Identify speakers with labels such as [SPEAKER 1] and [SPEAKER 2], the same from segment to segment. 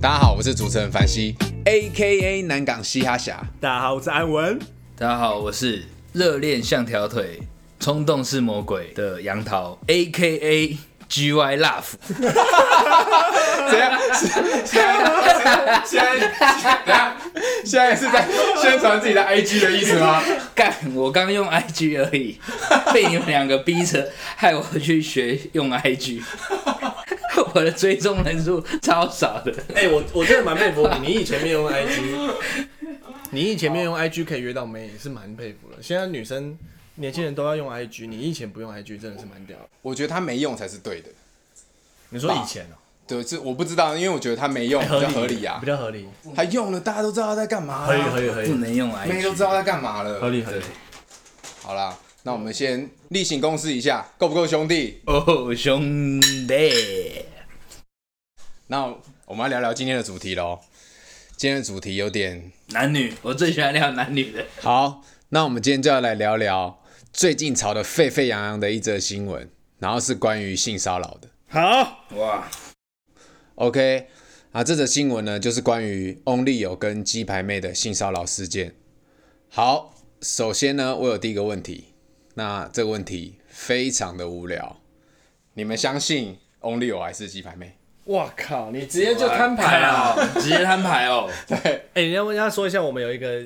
[SPEAKER 1] 大家好，我是主持人凡西，A K A 南港嘻哈侠。
[SPEAKER 2] 大家好，我是安文。
[SPEAKER 3] 大家好，我是热恋像条腿，冲动是魔鬼的杨桃，A K A G Y Love。
[SPEAKER 1] 怎样？是现在现在现在怎样？现在是在宣传自己的 IG 的意思吗？
[SPEAKER 3] 干，我刚用 IG 而已，被你们两个逼着，害我去学用 IG。我的追踪人数超少的，
[SPEAKER 2] 哎、我我真的蛮佩服你，你以前没有用 IG，你以前没有用 IG 可以约到妹，是蛮佩服的。现在女生、年轻人都要用 IG，你以前不用 IG 真的是蛮屌的。
[SPEAKER 1] 我觉得他没用才是对的。
[SPEAKER 2] 你说以前哦、
[SPEAKER 1] 对，这我不知道，因为我觉得他没用比较合理啊
[SPEAKER 2] 比。较合理，
[SPEAKER 1] 他用了，大家都知道他在干嘛啦。
[SPEAKER 2] 合理合理合
[SPEAKER 3] 不
[SPEAKER 2] 理
[SPEAKER 3] 能用
[SPEAKER 1] 哎每个都知
[SPEAKER 3] IG。
[SPEAKER 1] 道他干嘛
[SPEAKER 2] 合
[SPEAKER 1] 了。
[SPEAKER 2] 理合理。
[SPEAKER 1] 好啦，那我们先例行公事一下，够不够兄弟？
[SPEAKER 3] 哦，兄弟，
[SPEAKER 1] 那我们要聊聊今天的主题喽。今天的主题有点
[SPEAKER 3] 男女，我最喜欢聊男女的。
[SPEAKER 1] 好，那我们今天就要来聊聊最近吵得沸沸扬扬的一则新闻，然后是关于性骚扰的。
[SPEAKER 2] 好，
[SPEAKER 3] 哇，
[SPEAKER 1] OK，啊，这则新闻呢，就是关于翁立友跟鸡排妹的性骚扰事件。好，首先呢，我有第一个问题，那这个问题非常的无聊，你们相信翁立友还是鸡排妹？
[SPEAKER 2] 哇靠，你直接就摊牌啊了。
[SPEAKER 1] 啊
[SPEAKER 3] 哦，直接摊牌 哦。
[SPEAKER 2] 哎、你要不要说一下，我们有一个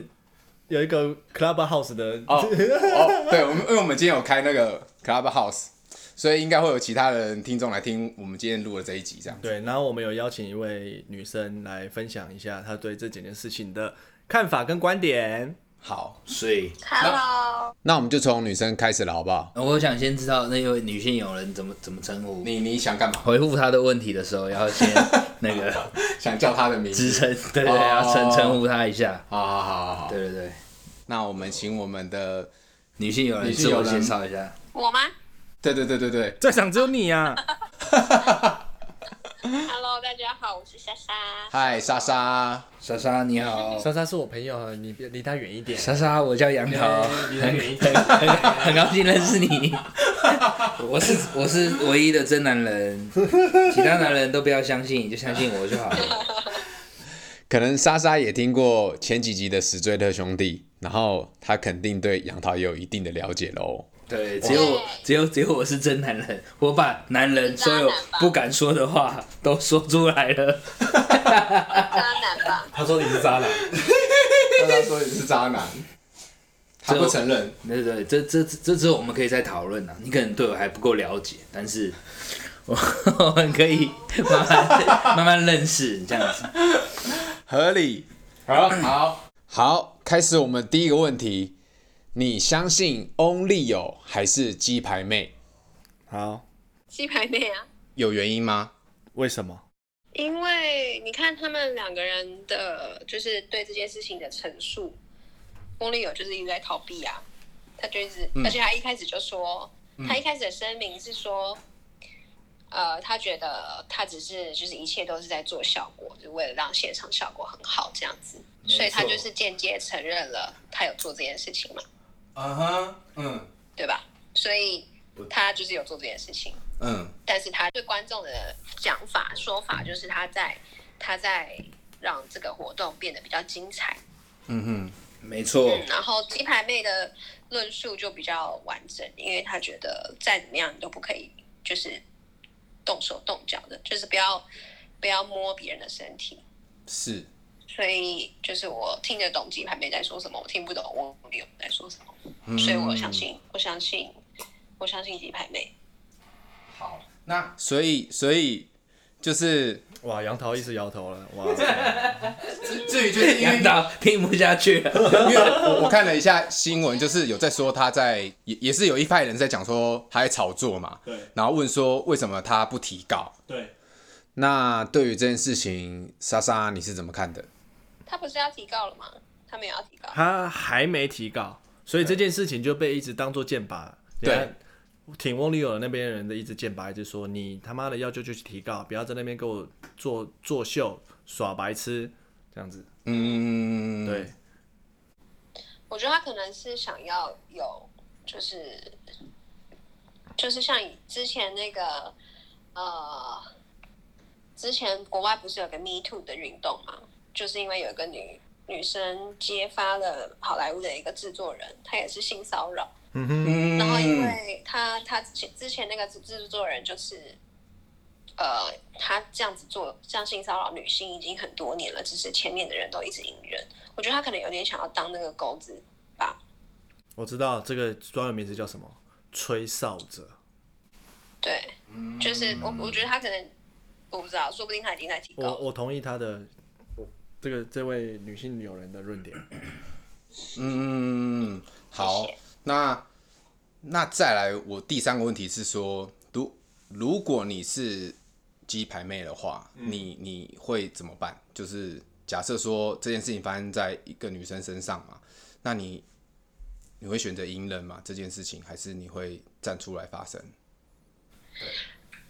[SPEAKER 2] 有一个 Clubhouse 的
[SPEAKER 1] 哦哦， 对，我们因为我们今天有开那个 Clubhouse，所以应该会有其他人听众来听我们今天录的这一集，这样子。
[SPEAKER 2] 对，然后我们有邀请一位女生来分享一下她对这整件事情的看法跟观点。
[SPEAKER 1] 好，
[SPEAKER 3] 所以，呃
[SPEAKER 4] Hello，
[SPEAKER 1] 那我们就从女生开始了，好不好？
[SPEAKER 3] 我想先知道那位女性友人怎么怎么称呼。
[SPEAKER 1] 你你想干嘛？
[SPEAKER 3] 回复她的问题的时候，要先那个
[SPEAKER 1] 想叫她的名
[SPEAKER 3] 支
[SPEAKER 1] 字？
[SPEAKER 3] 撑，对对，
[SPEAKER 1] 哦
[SPEAKER 3] 要称称呼她一下。
[SPEAKER 1] 好好好好好
[SPEAKER 3] 对，对对，
[SPEAKER 1] 那我们请我们的。
[SPEAKER 3] 女性友人
[SPEAKER 1] 女性
[SPEAKER 3] 自
[SPEAKER 1] 友
[SPEAKER 3] 我
[SPEAKER 1] 人
[SPEAKER 3] 介绍一下。
[SPEAKER 4] 我吗
[SPEAKER 1] 对对对对对，
[SPEAKER 2] 在场只有你啊！
[SPEAKER 4] ？Hello，大家好，我是莎莎。
[SPEAKER 1] 嗨，莎莎，
[SPEAKER 3] 莎莎你好，
[SPEAKER 2] 莎莎是我朋友啊，你别离她远一点。
[SPEAKER 3] 莎莎，我叫杨 桃，
[SPEAKER 2] 哎离她远一点。
[SPEAKER 3] 很很很高兴认识 你。我是我是唯一的真男人，其他男人都不要相信，就相信我就 好了。
[SPEAKER 1] 可能莎莎也听过前几集的《死罪特兄弟》，然后她肯定对杨桃也有一定的了解喽。
[SPEAKER 3] 对，只有我
[SPEAKER 4] 哇
[SPEAKER 3] 只有只有我是真男人，我把男人所有
[SPEAKER 4] 渣男吧
[SPEAKER 3] 不敢说的话都说出来了。
[SPEAKER 4] 渣男吧？
[SPEAKER 2] 她说你是渣男，
[SPEAKER 1] 莎莎说你是渣男，她不承认。
[SPEAKER 3] 对对，这这这之后我们可以再讨论啊。你可能对我还不够了解，但是我我们可以慢慢慢慢认识这样子。
[SPEAKER 1] 合理。好，好，好，开始我们第一个问题，你相信翁立友还是鸡排妹？
[SPEAKER 2] 好，
[SPEAKER 4] 鸡排妹啊，
[SPEAKER 1] 有原因吗？
[SPEAKER 2] 为什么？
[SPEAKER 4] 因为你看他们两个人的，就是对这件事情的陈述，翁立友就是一直在逃避啊，他就一直，而且他一开始就说，他一开始的声明是说。呃，他觉得他只是就是一切都是在做效果，就为了让现场效果很好这样子，
[SPEAKER 3] 错
[SPEAKER 4] 所以他就是间接承认了他有做这件事情嘛。
[SPEAKER 1] 啊哈，嗯
[SPEAKER 4] 对吧？所以他就是有做这件事情，
[SPEAKER 1] 嗯，
[SPEAKER 4] 但是他对观众的讲法说法就是他在他在让这个活动变得比较精彩，
[SPEAKER 3] 没错，
[SPEAKER 4] 嗯，然后鸡排妹的论述就比较完整，因为她觉得再怎么样你都不可以就是动手动脚的，就是不要不要摸别人的身体。
[SPEAKER 1] 是。
[SPEAKER 4] 所以就是我听得懂鸡排妹在说什么，我听不懂我女友在说什么，所以我相信，我相信，我相信鸡排妹。
[SPEAKER 1] 好，那所以所以就是，
[SPEAKER 2] 哇，杨桃一直摇头了。 哇，
[SPEAKER 1] 至于 就是因为
[SPEAKER 3] 杨导听不下去了。
[SPEAKER 1] 因为我我看了一下新闻，就是有在说他在也也是有一派人在讲说他在炒作嘛，
[SPEAKER 2] 对
[SPEAKER 1] 然后问说为什么他不提告？
[SPEAKER 2] 对，
[SPEAKER 1] 那对于这件事情，莎莎你是怎么看的？
[SPEAKER 4] 他不是要提告了吗？他没有要提告。
[SPEAKER 2] 她还没提告，所以这件事情就被一直当做箭靶。
[SPEAKER 1] 对
[SPEAKER 2] 你看，挺翁立友那边人的一直箭靶，一直说你他妈的要就就去提告，不要在那边给我做作秀耍白痴这样子。
[SPEAKER 1] 嗯，
[SPEAKER 2] 对，，
[SPEAKER 4] 我觉得他可能是想要有，就是就是像之前那个呃之前国外不是有个 Me Too 的运动吗？就是因为有一个女女生揭发了好莱坞的一个制作人，她也是性骚扰，
[SPEAKER 2] 嗯哼，
[SPEAKER 3] 嗯，
[SPEAKER 4] 然后因为她她之前之前那个制制作人就是，呃，她这样子做，这样性骚扰女性已经很多年了，只是前面的人都一直隐忍。我觉得她可能有点想要当那个钩子吧，
[SPEAKER 2] 我知道这个专有名词叫什么，吹哨者。
[SPEAKER 4] 对，就是我我觉得她可能我不知道，说不定她已经在提高
[SPEAKER 2] 我
[SPEAKER 4] 了。
[SPEAKER 2] 我同意他的，这个这位女性友人的论点。
[SPEAKER 1] 嗯，好
[SPEAKER 4] 谢谢，
[SPEAKER 1] 那那再来，我第三个问题是说，如如果你是鸡排妹的话，你你会怎么办？就是假设说这件事情发生在一个女生身上嘛，那你你会选择隐忍吗？这件事情，还是你会站出来发声？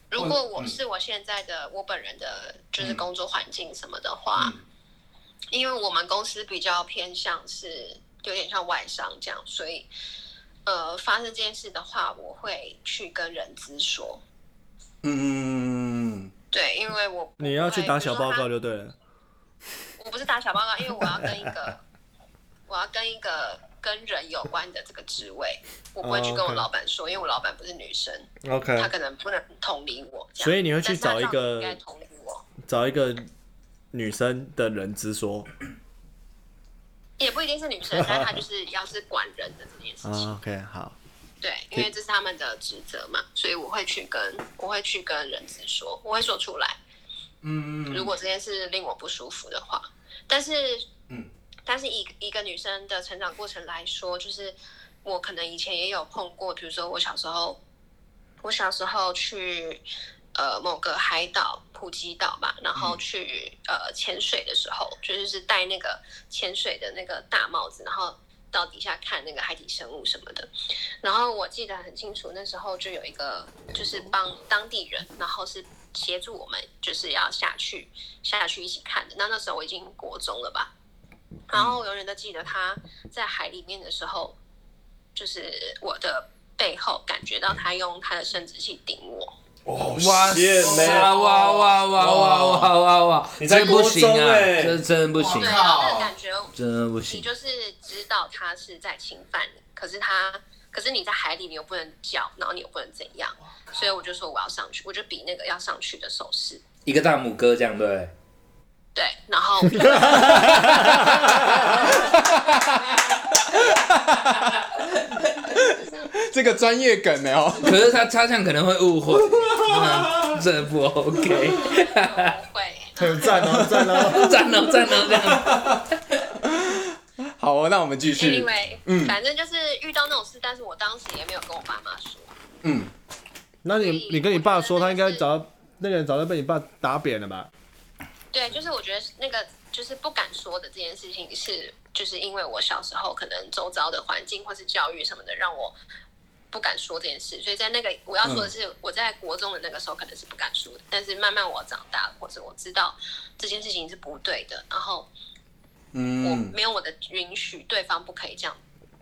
[SPEAKER 4] 如
[SPEAKER 2] 嗯
[SPEAKER 4] 果我是我现在的我本人的就是工作环境什么的话，
[SPEAKER 2] 嗯
[SPEAKER 4] 因为我们公司比较偏向是有点像外商这样，所以呃发生这件事的话，我会去跟人资说。
[SPEAKER 1] 嗯，
[SPEAKER 4] 对，因为我
[SPEAKER 2] 你要去打小报告
[SPEAKER 4] 我
[SPEAKER 2] 就对了。
[SPEAKER 4] 我不是打小报告，因为我要跟一 个我要跟一个跟人有关的这个职位，我不会去跟
[SPEAKER 2] 哦
[SPEAKER 4] 我
[SPEAKER 2] ，OK
[SPEAKER 4] 老板说，因为我老板不是女生，
[SPEAKER 2] OK，
[SPEAKER 4] 她可能不能同理我这样。
[SPEAKER 2] 所以你会去
[SPEAKER 4] 但是她
[SPEAKER 2] 找一
[SPEAKER 4] 丈夫
[SPEAKER 2] 个
[SPEAKER 4] 应该同理我。
[SPEAKER 2] 找一个女生的人之说
[SPEAKER 4] 也不一定是女生，但是她就是要是管人的这件事情，
[SPEAKER 2] 啊。OK，好，
[SPEAKER 4] 对，因为这是他们的职责嘛，所以我会去跟我会去跟人资说，我会说出来，
[SPEAKER 3] 嗯，
[SPEAKER 4] 如果这件事令我不舒服的话，但是，
[SPEAKER 1] 嗯，
[SPEAKER 4] 但是以一个女生的成长过程来说，就是我可能以前也有碰过，比如说我小时候，我小时候去呃某个海岛普吉岛吧，然后去、呃潜水的时候，就是是戴那个潜水的那个大帽子，然后到底下看那个海底生物什么的。然后我记得很清楚，那时候就有一个就是帮当地人，然后是协助我们，就是要下去下去一起看的。那那时候我已经国中了吧，然后我永远都记得他在海里面的时候，就是我的背后感觉到他用他的生殖器顶我。
[SPEAKER 3] 哇塞
[SPEAKER 2] shit, man
[SPEAKER 3] 哇哇哇哇哇哇哇！
[SPEAKER 2] 你在
[SPEAKER 3] 这不行
[SPEAKER 2] 国中
[SPEAKER 3] 啊，
[SPEAKER 2] 欸
[SPEAKER 3] 这真的不行
[SPEAKER 4] 对，，
[SPEAKER 1] 哇
[SPEAKER 4] 然后那个感觉
[SPEAKER 3] 真的不
[SPEAKER 4] 你
[SPEAKER 3] 行。
[SPEAKER 4] 就是知道他是在侵犯你，可是他，可是你在海里，你又不能叫，然后你又不能怎样，所以我就说我要上去，我就比那个要上去的手势，
[SPEAKER 3] 一个大拇哥这样对，
[SPEAKER 4] 对，然后我就
[SPEAKER 1] 这个专业梗呢哦，
[SPEAKER 3] 可是他他这样可能会误会，嗯这不 OK。
[SPEAKER 4] 不会，
[SPEAKER 2] 很赞 哦，赞哦。
[SPEAKER 3] 站了站了这样，
[SPEAKER 1] 好哦，那我们继续
[SPEAKER 4] 因。为反正就是遇到那种事，但是我当时也没有跟我爸妈说，
[SPEAKER 1] 嗯，
[SPEAKER 2] 那你你跟你爸说，他应该早那个人早就被你爸打扁了吧？
[SPEAKER 4] 对，就是我觉得那个就是不敢说的这件事情是，就是因为我小时候可能周遭的环境或是教育什么的，让我不敢说这件事。所以在那个我要说的是，我在国中的那个时候可能是不敢说的，但是慢慢我长大了，或者我知道这件事情是不对的，然后我
[SPEAKER 1] 嗯，
[SPEAKER 4] 没有我的允许，对方不可以这样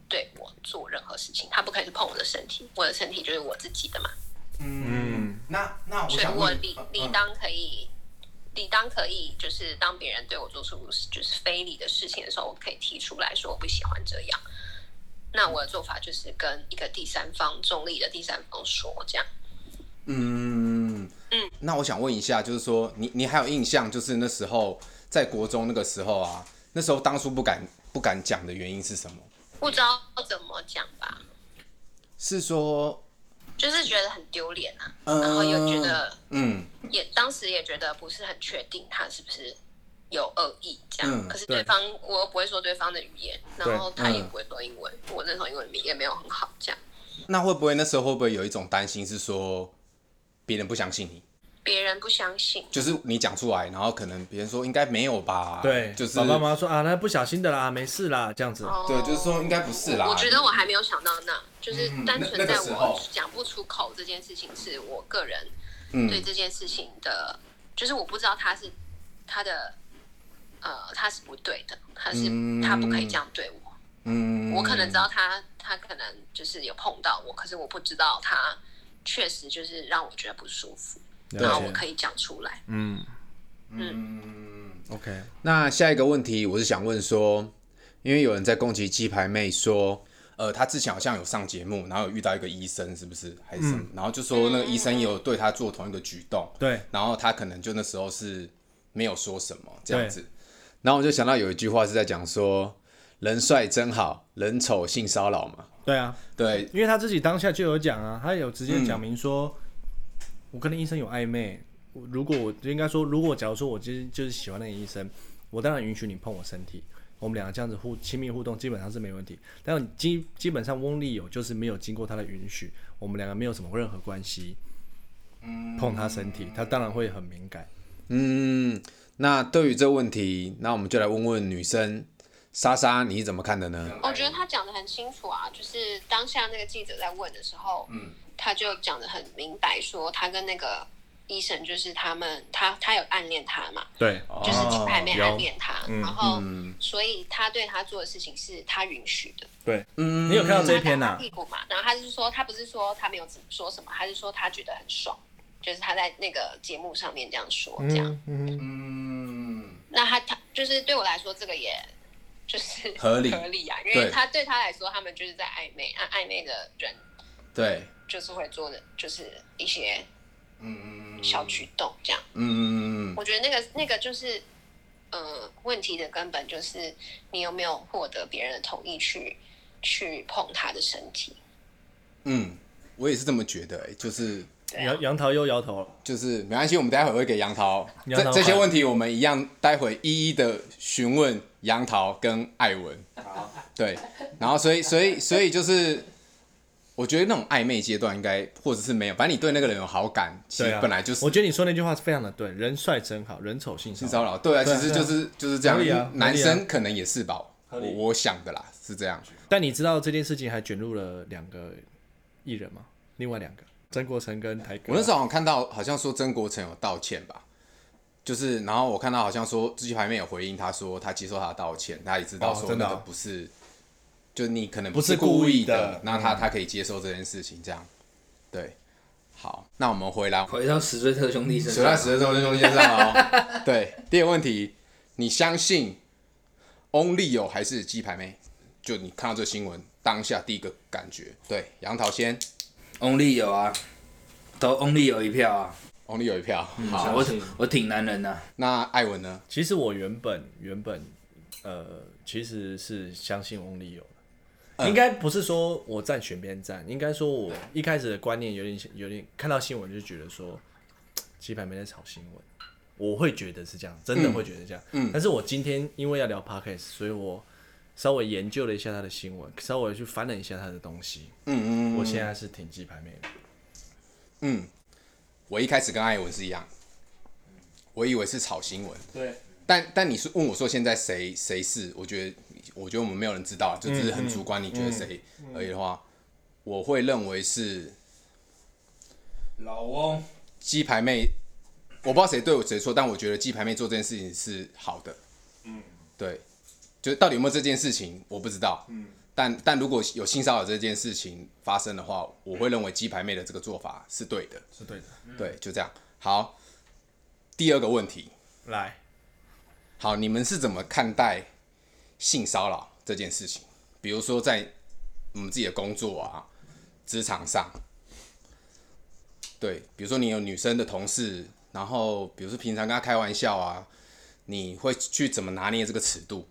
[SPEAKER 4] 对我做任何事情，他不可以去碰我的身体，我的身体就是我自己的嘛。
[SPEAKER 2] 嗯，
[SPEAKER 1] 那那我
[SPEAKER 4] 所以
[SPEAKER 1] 想
[SPEAKER 4] 我
[SPEAKER 1] 问嗯
[SPEAKER 4] 理理当可以，理当可以，就是当别人对我做出就是非礼的事情的时候，我可以提出来说我不喜欢这样。那我的做法就是跟一个第三方中立的第三方说，这样
[SPEAKER 1] 嗯，那我想问一下，就是说你你还有印象，就是那时候在国中那个时候啊，那时候当初不敢不敢讲的原因是什么？
[SPEAKER 4] 不知道怎么讲吧，
[SPEAKER 1] 是说，
[SPEAKER 4] 就是觉得很丢脸啊，
[SPEAKER 1] 嗯
[SPEAKER 4] 然后又觉得
[SPEAKER 1] 嗯
[SPEAKER 4] 也当时也觉得不是很确定他是不是有恶意这样，
[SPEAKER 1] 嗯
[SPEAKER 4] 可是
[SPEAKER 2] 对
[SPEAKER 4] 对方我又不会说对方的语言，然后他也
[SPEAKER 1] 嗯
[SPEAKER 4] 不会说英文，我那时候英文也没有很好，这样
[SPEAKER 1] 那会不会那时候会不会有一种担心，是说别人不相信你，
[SPEAKER 4] 别人不相信。
[SPEAKER 1] 就是你讲出来，然后可能别人说应该没有吧？
[SPEAKER 2] 对，
[SPEAKER 1] 就是
[SPEAKER 2] 爸爸妈妈说啊，那不小心的啦，没事啦，这样子。
[SPEAKER 4] 哦
[SPEAKER 1] 对，就是说应该不是啦。嗯
[SPEAKER 4] 我觉得我还没有想到那，就是
[SPEAKER 1] 那
[SPEAKER 4] 单
[SPEAKER 1] 那个
[SPEAKER 4] 纯在
[SPEAKER 1] 时候
[SPEAKER 4] 我讲不出口这件事情，是我个人
[SPEAKER 1] 嗯
[SPEAKER 4] 对这件事情的，就是我不知道他是他的，呃，他是不对的，他是、
[SPEAKER 1] 嗯
[SPEAKER 4] 他不可以这样对我。
[SPEAKER 1] 嗯，
[SPEAKER 4] 我可能知道他，他可能就是有碰到我，可是我不知道他确实就是让我觉得不舒服，
[SPEAKER 2] 了解
[SPEAKER 4] 然后我可以讲出来。
[SPEAKER 2] 嗯，
[SPEAKER 3] 嗯，
[SPEAKER 2] OK，
[SPEAKER 1] 那下一个问题，我是想问说，因为有人在攻击鸡排妹说，呃，她之前好像有上节目，然后有遇到一个医生，是不是？还是什么？然后就说那个医生也有对她做同一个举动，
[SPEAKER 2] 对，
[SPEAKER 1] 然后她可能就那时候是没有说什么这样子。然后我就想到有一句话是在讲说，人帅真好，人丑性骚扰嘛。
[SPEAKER 2] 对啊，
[SPEAKER 1] 对，
[SPEAKER 2] 因为他自己当下就有讲啊，他有直接
[SPEAKER 1] 嗯
[SPEAKER 2] 讲明说，我跟那医生有暧昧，我如果我应该说，如果假如说我就是就是喜欢那个医生，我当然允许你碰我身体，我们两个这样子互亲密互动基本上是没问题。但基基本上翁立友就是没有经过他的允许，我们两个没有什么任何关系，碰他身体，他当然会很敏感。
[SPEAKER 1] 嗯，那对于这问题，那我们就来问问女生莎莎，你怎么看的呢？
[SPEAKER 4] 我觉得他讲的很清楚啊，就是当下那个记者在问的时候，嗯，他就讲的很明白，说他跟那个医生就是他们，他他有暗恋他嘛，
[SPEAKER 2] 对，
[SPEAKER 4] 就是金牌妹
[SPEAKER 2] 有
[SPEAKER 4] 暗恋他，然后、所以他对他做的事情是他允许的。
[SPEAKER 2] 嗯，你有看到这一篇呐、
[SPEAKER 4] 他打他屁股嘛，然后他是说他不是说他没有怎么说什么，他是说他觉得很爽，就是他在那个节目上面这样说这样。
[SPEAKER 3] 嗯，
[SPEAKER 4] 那他他就是对我来说，这个也就是
[SPEAKER 1] 合理
[SPEAKER 4] 合理啊，因
[SPEAKER 1] 对
[SPEAKER 4] 为他对他来说，他们就是在暧昧，啊，暧昧的人
[SPEAKER 1] 对，
[SPEAKER 4] 就是会做的就是一些嗯小举动这样。
[SPEAKER 1] 嗯，
[SPEAKER 4] 我觉得那个那个就是呃问题的根本就是你有没有获得别人的同意去去碰他的身体。
[SPEAKER 1] 嗯，我也是这么觉得、欸，就是
[SPEAKER 4] 对啊
[SPEAKER 2] 杨杨桃又摇头了，
[SPEAKER 1] 就是没关系，我们待会会给杨桃
[SPEAKER 2] 杨
[SPEAKER 1] 这
[SPEAKER 2] 桃
[SPEAKER 1] 这些
[SPEAKER 2] 快
[SPEAKER 1] 问题，我们一样待会一一的询问杨桃跟艾文。对，然后所以所以所以就是，我觉得那种暧昧阶段应该或者是没有，反正你对那个人有好感，其
[SPEAKER 2] 对
[SPEAKER 1] 实
[SPEAKER 2] 啊，
[SPEAKER 1] 本来就是
[SPEAKER 2] 我觉得你说那句话是非常的对，人帅真好，人丑性
[SPEAKER 1] 性
[SPEAKER 2] 骚扰。
[SPEAKER 1] 骚扰。对啊，
[SPEAKER 2] 对
[SPEAKER 1] 其
[SPEAKER 2] 啊
[SPEAKER 1] 实
[SPEAKER 2] 对
[SPEAKER 1] 就
[SPEAKER 2] 啊
[SPEAKER 1] 是就是这
[SPEAKER 2] 合理啊
[SPEAKER 1] 样，男
[SPEAKER 2] 合理啊
[SPEAKER 1] 生可能也是吧，我
[SPEAKER 2] 理
[SPEAKER 1] 我想的啦，是这样。
[SPEAKER 2] 但你知道这件事情还卷入了两个艺人吗？另外两个，曾国成跟台哥。啊
[SPEAKER 1] 我那时候好像看到，好像说曾国成有道歉吧，就是，然后我看到好像说自己牌面有回应，他说他接受他的道歉，他也知道
[SPEAKER 2] 哦
[SPEAKER 1] 说
[SPEAKER 2] 真的
[SPEAKER 1] 那
[SPEAKER 2] 哦
[SPEAKER 1] 个不是，就你可能
[SPEAKER 2] 不是
[SPEAKER 1] 是故
[SPEAKER 2] 故意
[SPEAKER 1] 的
[SPEAKER 2] 的，嗯
[SPEAKER 1] 那他、他可以接受这件事情，这样，对，好，那我们回来，
[SPEAKER 3] 回到史瑞特兄弟身
[SPEAKER 1] 十二
[SPEAKER 3] 上，
[SPEAKER 1] 十二分钟先上哦， 对，第二个问题，你相信 Only 有还是鸡排妹？就你看到这新闻当下第一个感觉，对，杨桃先
[SPEAKER 3] only 有啊，都 only 有一票啊，
[SPEAKER 1] Only 有一票，好，
[SPEAKER 3] 我我挺男人的、啊，
[SPEAKER 1] 那艾文呢？
[SPEAKER 2] 其实我原本原本呃，其实是相信翁立友的，应该不是说我站选边站，应该说我一开始的观念有点有点看到新闻就觉得说，鸡排没在炒新闻，我会觉得是这样，真的会觉得这样。嗯。但是我今天因为要聊 podcast，所以我稍微研究了一下他的新闻，稍微去翻了一下他的东西。
[SPEAKER 1] 嗯嗯嗯
[SPEAKER 2] 我现在是挺鸡排妹的。
[SPEAKER 1] 嗯，我一开始跟艾文是一样，我以为是炒新闻，
[SPEAKER 2] 对。
[SPEAKER 1] 但但你是问我说现在谁谁是？我觉得我觉得我们没有人知道，就只是很主观，你觉得谁而已的话，我会认为是
[SPEAKER 3] 老翁，
[SPEAKER 1] 鸡排妹，我不知道谁对我谁错，但我觉得鸡排妹做这件事情是好的。嗯，对，就是到底有没有这件事情，我不知道。嗯，但但如果有性骚扰这件事情发生的话，我会认为鸡排妹的这个做法是对的。
[SPEAKER 2] 是对的。
[SPEAKER 1] 对，就这样。好，第二个问题，
[SPEAKER 2] 来，
[SPEAKER 1] 好，你们是怎么看待性骚扰这件事情？比如说在我们自己的工作啊、职场上，对，比如说你有女生的同事，然后比如说平常跟她开玩笑啊，你会去怎么拿捏这个尺度？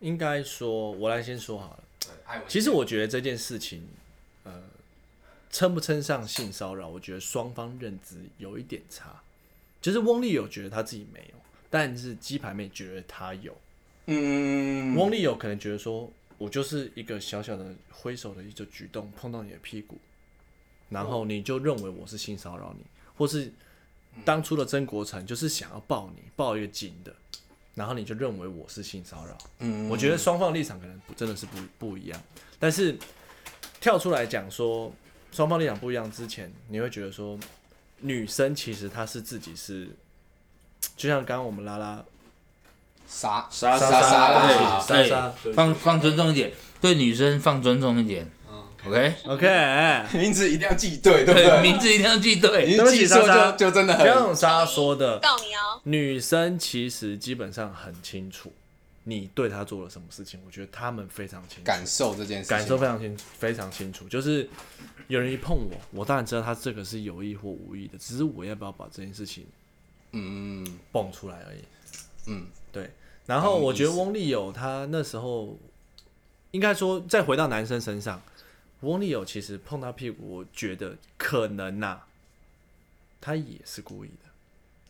[SPEAKER 2] 应该说，我来先说好了。其
[SPEAKER 1] 其
[SPEAKER 2] 实
[SPEAKER 1] 实
[SPEAKER 2] 我觉得这件事情，呃，称不称上性骚扰，我觉得双方认知有一点差。就是翁立友觉得他自己没有，但是鸡排妹觉得他有。
[SPEAKER 1] 嗯，
[SPEAKER 2] 翁立友可能觉得说，我就是一个小小的挥手的一个举动碰到你的屁股，然后你就认为我是性骚扰你，或是当初的曾国成就是想要抱你，抱一个紧的，然后你就认为我是性骚扰。嗯，我觉得双方立场可能不真的是不不一样，但是跳出来讲说双方立场不一样之前，你会觉得说女生其实她是自己是，就像刚刚我们拉拉
[SPEAKER 1] 杀
[SPEAKER 3] 杀
[SPEAKER 1] 杀杀
[SPEAKER 2] 对
[SPEAKER 1] 啦
[SPEAKER 2] 杀
[SPEAKER 3] 对
[SPEAKER 2] 杀
[SPEAKER 3] 放放尊重一点，对女生放尊重一点， OK，
[SPEAKER 1] 嗯
[SPEAKER 2] OK，
[SPEAKER 1] 名字一定要记对，对不
[SPEAKER 3] 对，
[SPEAKER 1] 对？
[SPEAKER 3] 名字一定要记对。
[SPEAKER 1] 你记错
[SPEAKER 2] 对不起莎莎
[SPEAKER 1] 就就真的
[SPEAKER 2] 就
[SPEAKER 1] 很
[SPEAKER 2] 像莎说的，
[SPEAKER 4] 告你哦，
[SPEAKER 2] 女生其实基本上很清楚你对她做了什么事情，我觉得她们非常清楚，
[SPEAKER 1] 感受这件事情，
[SPEAKER 2] 感受非常清楚，非常清楚。就是有人一碰我，我当然知道他这个是有意或无意的，只是我要不要把这件事情
[SPEAKER 1] 嗯，嗯
[SPEAKER 2] 蹦出来而已。
[SPEAKER 1] 嗯，
[SPEAKER 2] 对。然后
[SPEAKER 1] 懂你
[SPEAKER 2] 我觉得
[SPEAKER 1] 意思
[SPEAKER 2] 翁立友他那时候，应该说再回到男生身上，翁立友其实碰他屁股，我觉得可能呐、他也是故意的，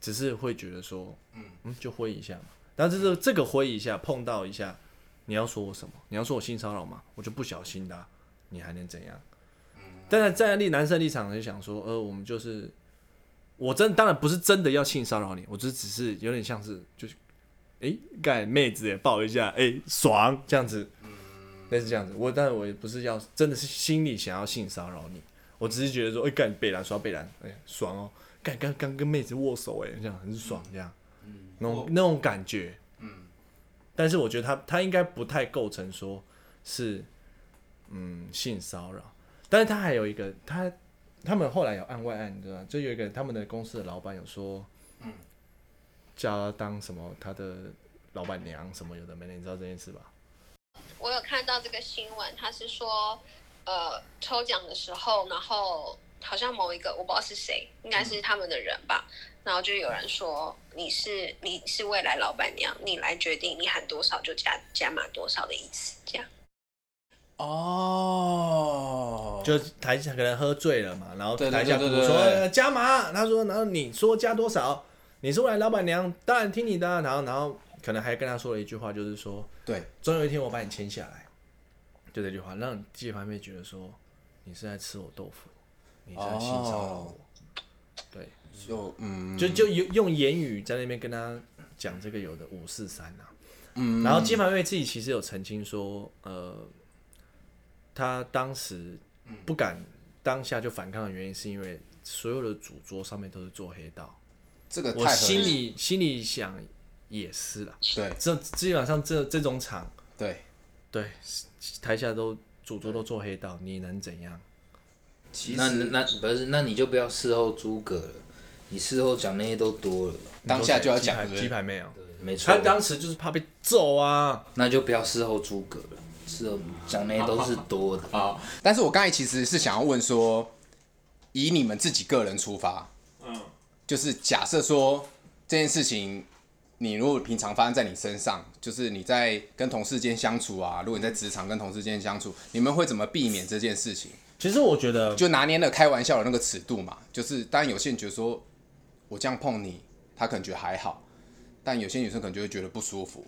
[SPEAKER 2] 只是会觉得说，嗯就挥一下嘛。但是这这个挥一下，碰到一下，你要说我什么？你要说我性骚扰吗？我就不小心的啊、你还能怎样？
[SPEAKER 1] 嗯
[SPEAKER 2] 但是站在立男生立场就想说，呃，我们就是，我真当然不是真的要性骚扰你，我就只是有点像是就是，哎、干妹子也抱一下，哎、爽这样子，类似这样子。我但我也不是要真的是心里想要性骚扰你，我只是觉得说，哎、干北兰耍北兰，哎、爽哦，干刚刚跟妹子握手、哎，这样很爽这样，那种那种感觉，嗯。但是我觉得他他应该不太构成说是嗯性骚扰。但是他还有一个，他他们后来有案外案，你知道吗？就有一个他们的公司的老板有说，嗯，叫他当什么他的老板娘什么有的没的，你知道这件事吧？
[SPEAKER 4] 我有看到这个新闻，他是说，呃，抽奖的时候，然后好像某一个我不知道是谁，应该是他们的人吧，然后就有人说你是你是未来老板娘，你来决定你喊多少就加加码多少的意思，这样。
[SPEAKER 1] 哦，
[SPEAKER 2] 就台下可能喝醉了嘛，然后
[SPEAKER 1] 对对
[SPEAKER 2] 台下
[SPEAKER 1] 对
[SPEAKER 2] 鼓
[SPEAKER 1] 对
[SPEAKER 2] 说
[SPEAKER 1] 对对
[SPEAKER 2] 呃加码，他说，然后你说加多少？你是未来老板娘，当然听你的啊。然后然后可能还跟他说了一句话，就是说，
[SPEAKER 1] 对，
[SPEAKER 2] 总有一天我把你签下来，就这句话，让季凡妹觉得说你是在吃我豆腐，你是在性骚扰我。
[SPEAKER 1] 哦
[SPEAKER 2] 对，
[SPEAKER 1] 就嗯，
[SPEAKER 2] 就就用用言语在那边跟他讲这个有的五四三啊，
[SPEAKER 1] 嗯，
[SPEAKER 2] 然后金凡瑞自己其实有澄清说，呃，他当时不敢当下就反抗的原因，是因为所有的主桌上面都是做黑道，
[SPEAKER 1] 这个
[SPEAKER 2] 我
[SPEAKER 1] 太合
[SPEAKER 2] 心
[SPEAKER 1] 理，
[SPEAKER 2] 里心里想也是啦，
[SPEAKER 1] 对
[SPEAKER 2] 这基本上这这种场，
[SPEAKER 1] 对，
[SPEAKER 2] 对，台下都主桌都做黑道，你能怎样？
[SPEAKER 1] 其
[SPEAKER 3] 那
[SPEAKER 1] 实
[SPEAKER 3] 那不是，那你就不要事后诸葛了，你事后讲那些都多了，
[SPEAKER 1] 当下就要讲对
[SPEAKER 2] 鸡排
[SPEAKER 1] 不
[SPEAKER 2] 鸡
[SPEAKER 1] 对
[SPEAKER 2] 排妹哦，
[SPEAKER 3] 没错
[SPEAKER 2] 他。当时就是怕被揍啊，
[SPEAKER 3] 那就不要事后诸葛了，事后讲那些都是多的。
[SPEAKER 1] 好，但是我刚才其实是想要问说，以你们自己个人出发，嗯，就是假设说这件事情，你如果平常发生在你身上，就是你在跟同事间相处啊，如果你在职场跟同事间相处，你们会怎么避免这件事情？
[SPEAKER 2] 其实我觉得
[SPEAKER 1] 就拿捏了开玩笑的那个尺度嘛，就是当然有些人觉得说我这样碰你，他可能觉得还好，但有些女生可能就会觉得不舒服，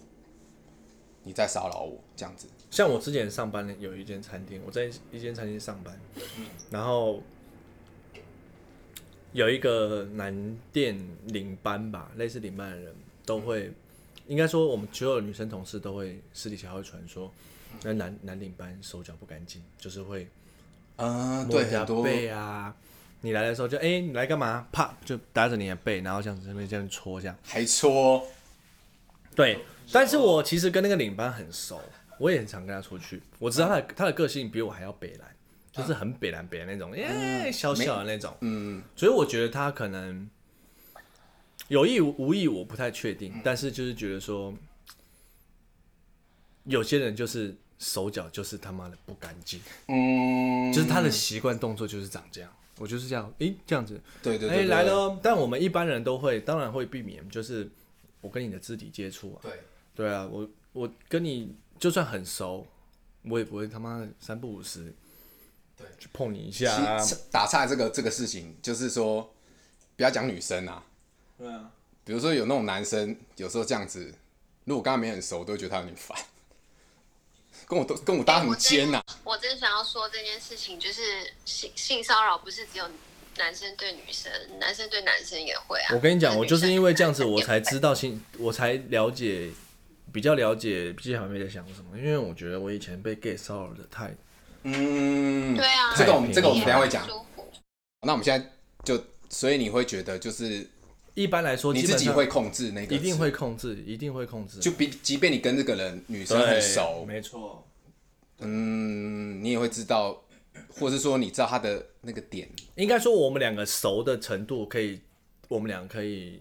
[SPEAKER 1] 你在骚扰我这样子，
[SPEAKER 2] 像我之前上班有一间餐厅，我在一间餐厅上班，
[SPEAKER 1] 嗯
[SPEAKER 2] 然后有一个男店领班吧，类似领班的人都会，
[SPEAKER 1] 嗯
[SPEAKER 2] 应该说我们所有女生同事都会私底下会传说，那男男领班手脚不干净，就是会
[SPEAKER 1] 嗯，
[SPEAKER 2] 摸
[SPEAKER 1] 对，
[SPEAKER 2] 人家
[SPEAKER 1] 很多
[SPEAKER 2] 背啊。你来的时候就哎、你来干嘛？啪，就搭着你的背，然后这样子这边这样戳这样。
[SPEAKER 1] 还戳。
[SPEAKER 2] 对，但是我其实跟那个领班很熟，我也很常跟他出去。我知道他的、他的个性比我还要北蓝，就是很北蓝北蓝那种，耶、小小的那种。
[SPEAKER 1] 嗯，
[SPEAKER 2] 所以我觉得他可能有意无意，我不太确定。但是就是觉得说，有些人就是手脚就是他妈的不干净，
[SPEAKER 1] 嗯，
[SPEAKER 2] 就是他的习惯动作就是长这样。我就是这样，诶、这样子，
[SPEAKER 1] 对对
[SPEAKER 2] 哎、
[SPEAKER 1] 对，对
[SPEAKER 2] 来了，哦。但我们一般人都会，当然会避免，就是我跟你的肢体接触啊。
[SPEAKER 1] 对，
[SPEAKER 2] 对啊，我我跟你就算很熟，我也不会他妈的三不五时，
[SPEAKER 1] 对，
[SPEAKER 2] 去碰你一下啊。
[SPEAKER 1] 其实打岔这个这个事情，就是说不要讲女生啊，
[SPEAKER 2] 对啊，
[SPEAKER 1] 比如说有那种男生有时候这样子，如果我跟他没很熟，我都会觉得他有点烦，跟我都跟我搭很啊尖呐、
[SPEAKER 4] 我真想要说这件事情，就是性性骚扰不是只有男生对女生，男生对男生也会啊。
[SPEAKER 2] 我跟 你讲，我就是因为这样子，
[SPEAKER 4] 女生
[SPEAKER 2] 我
[SPEAKER 4] 也会
[SPEAKER 2] 才知道性， 我才了解，比较了解 P 姐还妹在想什么。因为我觉得我以前被 gay 骚扰的太，
[SPEAKER 1] 嗯，
[SPEAKER 4] 对啊，
[SPEAKER 1] 这个我
[SPEAKER 2] 太
[SPEAKER 1] 们这个我们等一下会讲
[SPEAKER 4] 也。很不舒服
[SPEAKER 1] 那我们现在就，所以你会觉得就是
[SPEAKER 2] 一般来说
[SPEAKER 1] 你
[SPEAKER 2] 基
[SPEAKER 1] 自
[SPEAKER 2] 本
[SPEAKER 1] 己
[SPEAKER 2] 上
[SPEAKER 1] 会控制那个，
[SPEAKER 2] 一定会，控制，一定会控制，
[SPEAKER 1] 就比即便你跟这个人女生
[SPEAKER 2] 对
[SPEAKER 1] 很熟，
[SPEAKER 2] 没错。
[SPEAKER 1] 嗯，你也会知道或者是说你知道他的那个点，
[SPEAKER 2] 应该说我们两个熟的程度可以，我们俩可以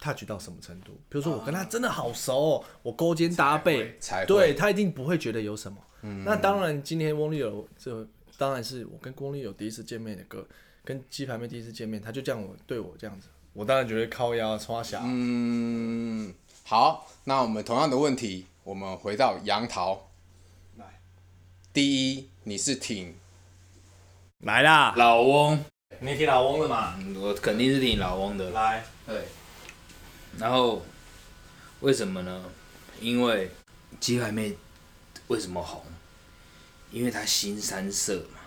[SPEAKER 2] touch 到什么程度？比如说我跟他真的好熟哦、我勾肩搭背，
[SPEAKER 1] 才会
[SPEAKER 2] 对他一定不会觉得有什么。那当然，今天翁立友这当然是我跟翁立友第一次见面的歌，跟鸡排妹第一次见面，他就这样我对我这样子，我当然觉得靠腰冲他小。啊
[SPEAKER 1] 嗯，好，那我们同样的问题，我们回到杨桃。第一，你是挺
[SPEAKER 2] 来啦，
[SPEAKER 3] 老翁，
[SPEAKER 2] 你挺老翁的嘛，
[SPEAKER 3] 嗯我肯定是挺老翁的。
[SPEAKER 2] 来，
[SPEAKER 1] 对，
[SPEAKER 3] 然后为什么呢？因为鸡排妹为什么红？因为她新三色嘛，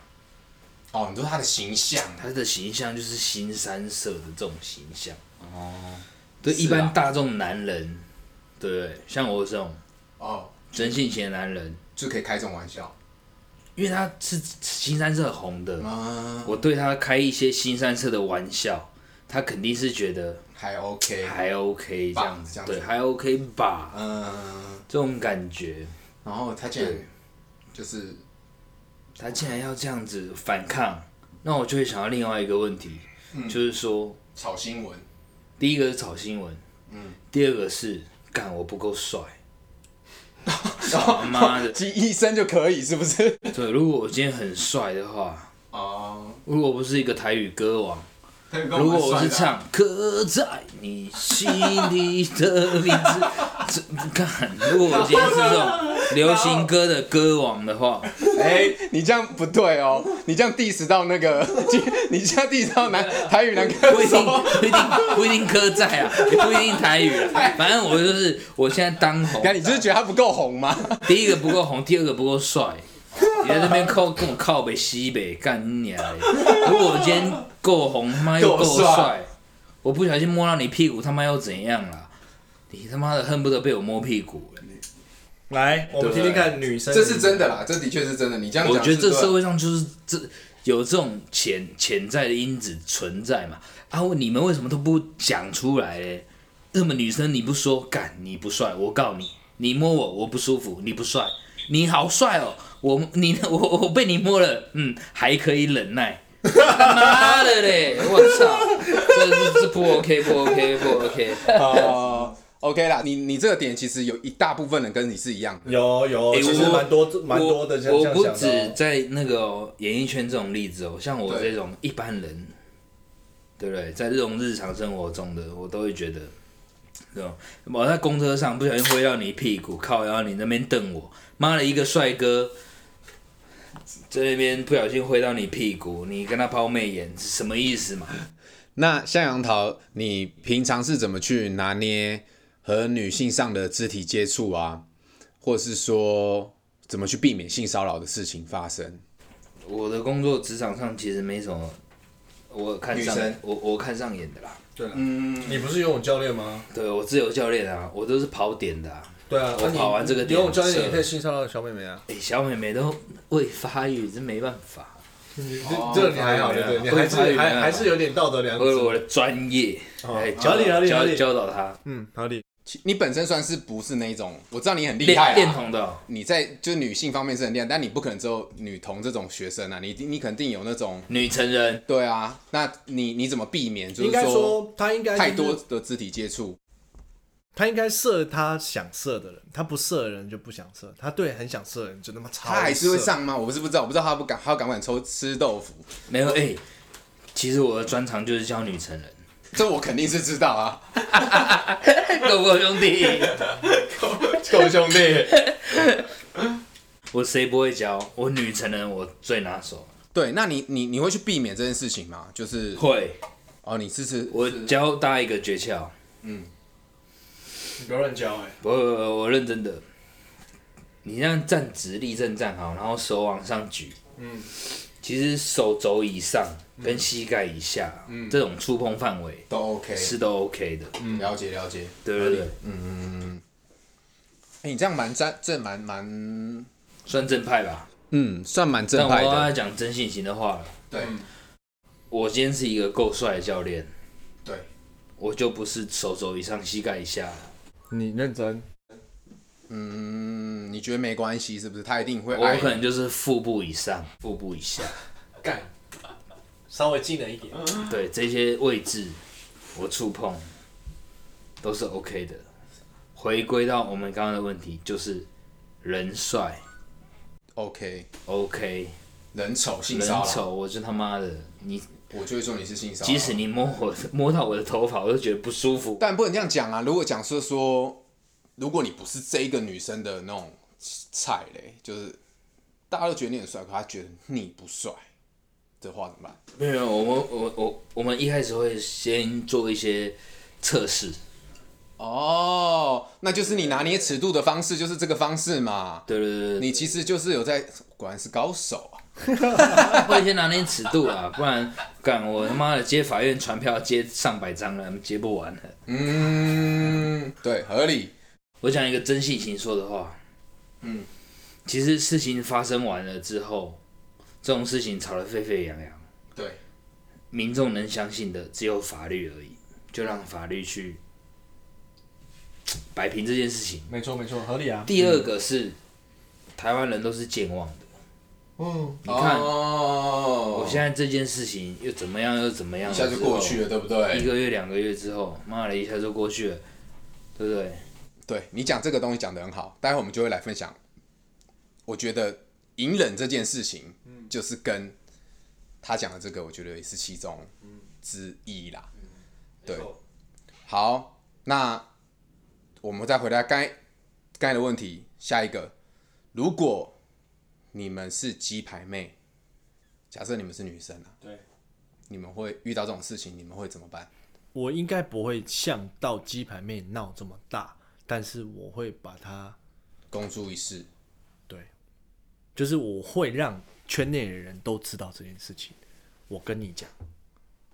[SPEAKER 1] 哦，你说他的形象啊，
[SPEAKER 3] 她的形象就是新三色的这种形象。
[SPEAKER 1] 哦
[SPEAKER 3] 对，
[SPEAKER 1] 是啊
[SPEAKER 3] 一般大众男人，对不对？像我这种
[SPEAKER 1] 哦，
[SPEAKER 3] 真性情的男人，
[SPEAKER 1] 就可以开这种玩笑
[SPEAKER 3] 因为他是新三色红的，
[SPEAKER 1] 啊，
[SPEAKER 3] 我对他开一些新三色的玩笑，他肯定是觉得
[SPEAKER 1] 还 OK，
[SPEAKER 3] 还 OK 这
[SPEAKER 1] 吧
[SPEAKER 3] 样
[SPEAKER 1] 这
[SPEAKER 3] 子，
[SPEAKER 1] 样子
[SPEAKER 3] 对，还 OK 吧，
[SPEAKER 1] 嗯，
[SPEAKER 3] 这种感觉。
[SPEAKER 1] 然后他竟然就是
[SPEAKER 3] 他竟然要这样子反抗，那我就会想到另外一个问题，就是说，
[SPEAKER 1] 炒新闻，
[SPEAKER 3] 第一个是炒新闻，第二个是干我不够帅，他妈的，
[SPEAKER 1] 及医生就可以是不是？
[SPEAKER 3] 对，如果我今天很帅的话，
[SPEAKER 1] 哦，
[SPEAKER 3] 如果我不是一个台语歌王，
[SPEAKER 1] 如
[SPEAKER 3] 如果我是唱刻在你心里的名字，这干，如果我今天是这种流行歌的歌王的话，
[SPEAKER 1] 哎、你这样不对哦，你这样 diss 到那个， 你这样 diss 到男台语男
[SPEAKER 3] 不
[SPEAKER 1] 歌
[SPEAKER 3] 一定，
[SPEAKER 1] 手，
[SPEAKER 3] 不一定，不一定科在啊，也不一定台语啊。反正我就是，我现在当红
[SPEAKER 1] 那，你就是觉得他不够红吗？
[SPEAKER 3] 第一个不够红，第二个不够帅，你在那边靠跟我靠北西北干你娘嘞！如果我今天够红，妈又够
[SPEAKER 1] 够
[SPEAKER 3] 帅
[SPEAKER 1] 帅，
[SPEAKER 3] 我不小心摸到你屁股，他妈又怎样啦？你他妈的恨不得被我摸屁股欸嘞！
[SPEAKER 2] 来，我们听听看女生，
[SPEAKER 1] 这是真的啦，这的确是啊真的。你这样讲，
[SPEAKER 3] 我觉得这社会上就是这有这种潜潜在的因子存在嘛。啊，你们为什么都不讲出来嘞？那么女生你不说，干你不帅，我告你，你摸我我不舒服，你不帅，你好帅哦，我你我我被你摸了，嗯，还可以忍耐。 他妈的嘞！我操，这这这不 OK 不 OK 不 OK。
[SPEAKER 1] 哦、o k 啦。你你这个点其实有一大部分人跟你是一样的，
[SPEAKER 2] 有有，
[SPEAKER 3] 欸
[SPEAKER 2] 其实
[SPEAKER 3] 我
[SPEAKER 2] 蛮多蛮多的，像
[SPEAKER 3] 我
[SPEAKER 2] 这样
[SPEAKER 3] 我不
[SPEAKER 2] 想的
[SPEAKER 3] 止
[SPEAKER 2] 哦。
[SPEAKER 3] 在那个哦演艺圈这种例子哦，像我
[SPEAKER 1] 对
[SPEAKER 3] 这种一般人，对不对？在这种日常生活中的，我都会觉得，这种我在公车上不小心挥到你屁股，靠，然后你那边瞪我，妈的一个帅哥。在那边不小心挥到你屁股，你跟他抛媚眼，是什么意思嘛？
[SPEAKER 1] 那向阳桃，你平常是怎么去拿捏和女性上的肢体接触啊，或是说怎么去避免性骚扰的事情发生？
[SPEAKER 3] 我的工作职场上其实没什么，我看上
[SPEAKER 1] 女生
[SPEAKER 3] 我我看上眼的啦。
[SPEAKER 2] 对了，你不是游泳教练吗？
[SPEAKER 3] 对我自由教练啊，我都是跑点的啊。
[SPEAKER 2] 对啊，
[SPEAKER 3] 我
[SPEAKER 2] 那你
[SPEAKER 3] 跑完这个点
[SPEAKER 2] 游泳教练也
[SPEAKER 3] 射
[SPEAKER 2] 可以性骚扰小妹妹啊。
[SPEAKER 3] 欸小美眉都未发育，真没办法。
[SPEAKER 1] 哦
[SPEAKER 2] 这你还好，对不对？你还
[SPEAKER 3] 会发育
[SPEAKER 2] 是
[SPEAKER 3] 没办法
[SPEAKER 2] 还还是有点道德良
[SPEAKER 3] 为了我
[SPEAKER 2] 知。
[SPEAKER 3] 的专业，
[SPEAKER 1] 哦
[SPEAKER 3] 来教
[SPEAKER 2] 合理合理合
[SPEAKER 3] 教
[SPEAKER 2] 理
[SPEAKER 3] 教导她
[SPEAKER 2] 嗯，合理。
[SPEAKER 1] 其你本身算是不是那一种？我知道你很厉害、
[SPEAKER 3] 恋
[SPEAKER 1] 啊，
[SPEAKER 3] 恋童的哦，
[SPEAKER 1] 你在就是女性方面是很厉害，但你不可能只有女童这种学生啊，你你肯定有那种
[SPEAKER 3] 女成人，
[SPEAKER 1] 对啊，那你你怎么避免？就
[SPEAKER 2] 应
[SPEAKER 1] 是
[SPEAKER 2] 该说他应该就是
[SPEAKER 1] 太多，的肢体接触，
[SPEAKER 2] 他应该射他想射的人，他不射的人就不想射，他对很想射的人就他妈超。
[SPEAKER 1] 他还是会。上吗？我是不知道，我不知道他不敢，他敢不敢抽吃豆腐？
[SPEAKER 3] 没有哎、欸其实我的专长就是教女成人，
[SPEAKER 1] 这我肯定是知道啊，
[SPEAKER 3] 够不够兄弟？
[SPEAKER 1] 够兄弟。
[SPEAKER 3] 我谁不会教？我女成人我最拿手，
[SPEAKER 1] 对，那你你你会去避免这件事情吗？就是
[SPEAKER 3] 会。
[SPEAKER 1] 哦，你支持
[SPEAKER 3] 我教大家一个诀窍，
[SPEAKER 2] 你不要乱教哎。
[SPEAKER 3] 不不不，我认真的。你这样站直立正站好，然后手往上举。嗯，其实手肘以上跟膝盖以下，
[SPEAKER 1] 嗯
[SPEAKER 3] 这种触碰范围
[SPEAKER 1] 都 OK，嗯
[SPEAKER 3] 是都 OK 的，
[SPEAKER 1] 了解了解。嗯
[SPEAKER 3] 对不对？
[SPEAKER 1] 哎、你这样蛮正，这蛮蛮
[SPEAKER 3] 算正派吧。
[SPEAKER 1] 嗯，算蛮
[SPEAKER 3] 但
[SPEAKER 1] 正
[SPEAKER 3] 我
[SPEAKER 1] 派
[SPEAKER 3] 要
[SPEAKER 1] 的。
[SPEAKER 3] 讲真性情的话了。
[SPEAKER 1] 对
[SPEAKER 3] 我今天是一个够帅的教练，
[SPEAKER 1] 对，
[SPEAKER 3] 我就不是手肘以上、膝盖以下了。
[SPEAKER 2] 你认真。
[SPEAKER 1] 嗯，你觉得没关系是不是？他一定会
[SPEAKER 3] 我
[SPEAKER 1] 爱
[SPEAKER 3] 可
[SPEAKER 1] 你。
[SPEAKER 3] 能就是腹部以上、腹部以下，
[SPEAKER 2] 干，稍微近了一点。
[SPEAKER 3] 对这些位置，我触碰都是 OK 的。回归到我们刚刚的问题，就是人帅
[SPEAKER 1] OK，
[SPEAKER 3] OK，
[SPEAKER 1] 人丑性
[SPEAKER 3] 人
[SPEAKER 1] 骚扰，
[SPEAKER 3] 丑我就他妈的，你
[SPEAKER 1] 我就会说你是性骚扰。
[SPEAKER 3] 即使你摸我摸到我的头发，我都觉得不舒服。
[SPEAKER 1] 但不能这样讲啊！如果讲是说，如果你不是这一个女生的那种菜嘞，就是大家都觉得你很帅，可她觉得你不帅，这话怎么办？
[SPEAKER 3] 没有，我们我我我们一开始会先做一些测试，
[SPEAKER 1] 哦，那就是你拿捏尺度的方式，就是这个方式嘛。
[SPEAKER 3] 对对对对，
[SPEAKER 1] 你其实就是有在，果然是高手啊！
[SPEAKER 3] 会先拿捏尺度啊，不然干我他妈的接法院传票接上百张了，接不完了。
[SPEAKER 1] 嗯，对，合理。
[SPEAKER 3] 我讲一个真性情说的话，嗯，其实事情发生完了之后，这种事情吵得沸沸扬扬，
[SPEAKER 1] 对，
[SPEAKER 3] 民众能相信的只有法律而已，就让法律去摆平这件事情。
[SPEAKER 2] 没错没错，合理啊。
[SPEAKER 3] 第二个是，台湾人都是健忘的，
[SPEAKER 2] 嗯，
[SPEAKER 3] 你看、
[SPEAKER 1] 哦
[SPEAKER 3] 我现在这件事情又怎么样又怎么样，
[SPEAKER 1] 一下就过去了，。对不
[SPEAKER 3] 一
[SPEAKER 1] 对？
[SPEAKER 3] 个月、两个月之后，妈的，一下就过去了，对不对？
[SPEAKER 1] 对你讲这个东西讲得很好，待会我们就会来分享。我觉得隐忍这件事情，就是跟他讲的这个，我觉得也是其中之一啦。对，好，那我们再回答该该的问题，下一个，如果你们是鸡排妹，假设你们是女生啊，
[SPEAKER 2] 对，
[SPEAKER 1] 你们会遇到这种事情，你们会怎么办？
[SPEAKER 2] 我应该不会像到鸡排妹闹这么大，但是我会把它，
[SPEAKER 1] 公诸于世，
[SPEAKER 2] 对，就是我会让圈内的人都知道这件事情，我跟你讲，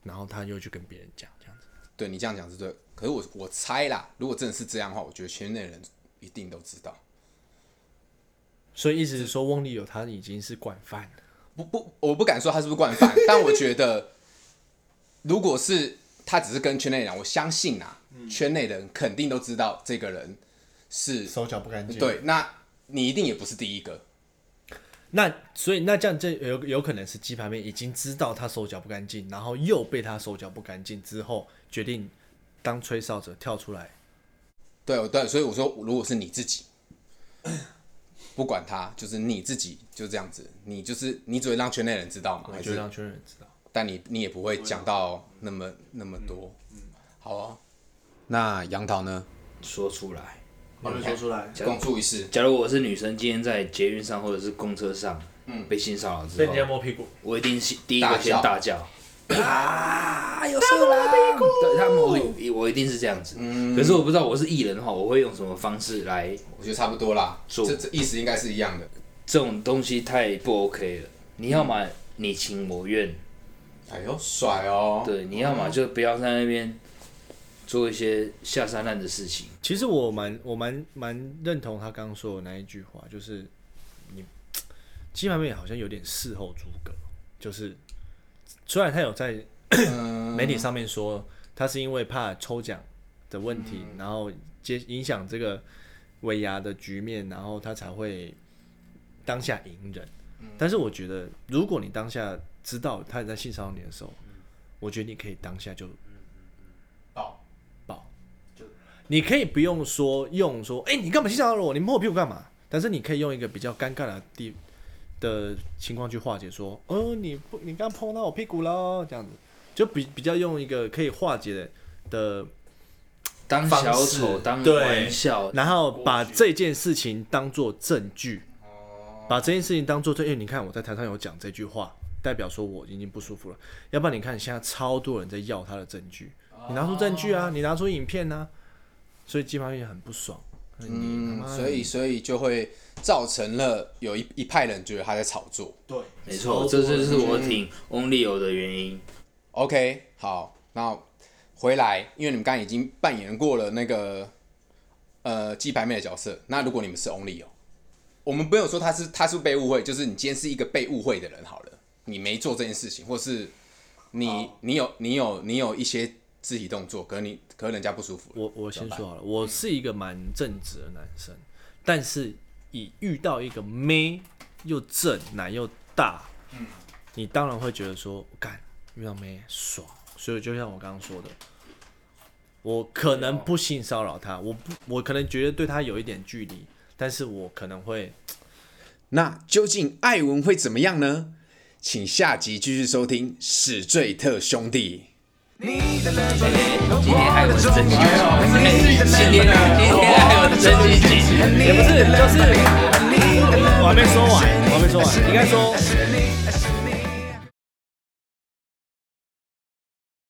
[SPEAKER 2] 然后他又去跟别人讲，这样子。
[SPEAKER 1] 对你这样讲是对，可是我我猜啦，如果真的是这样的话，我觉得圈内人一定都知道。
[SPEAKER 2] 所以意思是说，翁立友他已经是惯犯了。
[SPEAKER 1] 不不，我不敢说他是不是惯 犯，但我觉得，如果是他只是跟圈内人，我相信啊，
[SPEAKER 2] 嗯
[SPEAKER 1] 圈内人肯定都知道这个人是
[SPEAKER 2] 手脚不干净
[SPEAKER 1] 对，那你一定也不是第一个，
[SPEAKER 2] 那所以那这样这有有可能是鸡排妹已经知道他手脚不干净，然后又被他手脚不干净之后，决定当吹哨者跳出来。
[SPEAKER 1] 对，我对，所以我说，如果是你自己，不管他，就是你自己就这样子，你就是你只会让圈内人知道嘛，还
[SPEAKER 2] 我觉
[SPEAKER 1] 是
[SPEAKER 2] 得让圈人知道。
[SPEAKER 1] 但你你也不会讲到那么那么多，好哦。那杨桃呢？
[SPEAKER 3] 说出来。
[SPEAKER 2] 有没有说出来？
[SPEAKER 1] 公诸于世，
[SPEAKER 3] 假如我是女生，今天在捷运上或者是公车上，被性骚扰之
[SPEAKER 2] 被人家
[SPEAKER 3] 后，
[SPEAKER 2] 摸屁股，
[SPEAKER 3] 我一定是第一个
[SPEAKER 1] 嗯大
[SPEAKER 3] 先
[SPEAKER 1] 叫
[SPEAKER 3] 大叫啊，有色狼！对他们我，我一定是这样子。
[SPEAKER 1] 嗯
[SPEAKER 3] 可是我不知道我是艺人的话，我会用什么方式来？
[SPEAKER 1] 我觉得差不多啦，
[SPEAKER 3] 做
[SPEAKER 1] 这这意思应该是一样的。
[SPEAKER 3] 这种东西太不 OK 了。你要
[SPEAKER 1] 嗯
[SPEAKER 3] 么你情我愿，
[SPEAKER 1] 哎呦，帅哦！
[SPEAKER 3] 对，你要么就不要在那边做一些下三滥的事情。
[SPEAKER 2] 其实我蛮我蛮蛮认同他刚刚说的那一句话，就是你鸡排妹好像有点事后诸葛，就是虽然他有在媒体上面说他是因为怕抽奖的问题，然后接影响这个尾牙的局面，然后他才会当下隐忍。但是我觉得，如果你当下知道他在性骚扰你的时候，我觉得你可以当下就
[SPEAKER 1] 爆
[SPEAKER 2] 爆，你可以不用说用说，哎、你干嘛性骚扰我？你摸我屁股干嘛？但是你可以用一个比较尴尬的地的情况去化解，说，哦，你不，你刚碰到我屁股了，这样子，就比比较用一个可以化解的的，
[SPEAKER 3] 当
[SPEAKER 2] 方
[SPEAKER 3] 小
[SPEAKER 2] 式
[SPEAKER 3] 丑，当
[SPEAKER 2] 对
[SPEAKER 3] 玩笑，
[SPEAKER 2] 然后把这件事情当做证据，把这件事情当做证据。你看我在台上有讲这句话，代表说我已经不舒服了。要不然你看现在超多人在要他的证据，你拿出证据啊，你拿出影片啊，所以基本上也很不爽。嗯
[SPEAKER 1] 嗯，所以所以就会造成了有一一派人觉得他在炒作。
[SPEAKER 2] 对，
[SPEAKER 3] 没错，这就是我挺
[SPEAKER 1] 嗯
[SPEAKER 3] Only 有的原因。
[SPEAKER 1] OK，好，那回来，因为你们刚才已经扮演过了那个呃鸡排妹的角色，那如果你们是 Only 哦，我们没有说他是他是被误会，就是你今天是一个被误会的人好了，你没做这件事情，或是你、你有你有你有一些肢体动作，可能你可能人家不舒服了，
[SPEAKER 2] 我我先说好了，我是一个蛮正直的男生，但是以遇到一个妹又正奶又大，你当然会觉得说，干遇到妹爽，所以就像我刚刚说的，我可能不性骚扰她，我不，我可能觉得对她有一点距离，但是我可能会
[SPEAKER 1] 那究竟艾文会怎么样呢？请下集继续收听《史最特兄弟》。
[SPEAKER 3] 今天还有真心，今天今天还有真心情。
[SPEAKER 2] 也不是，就是我还没说完，我还没说完，应该说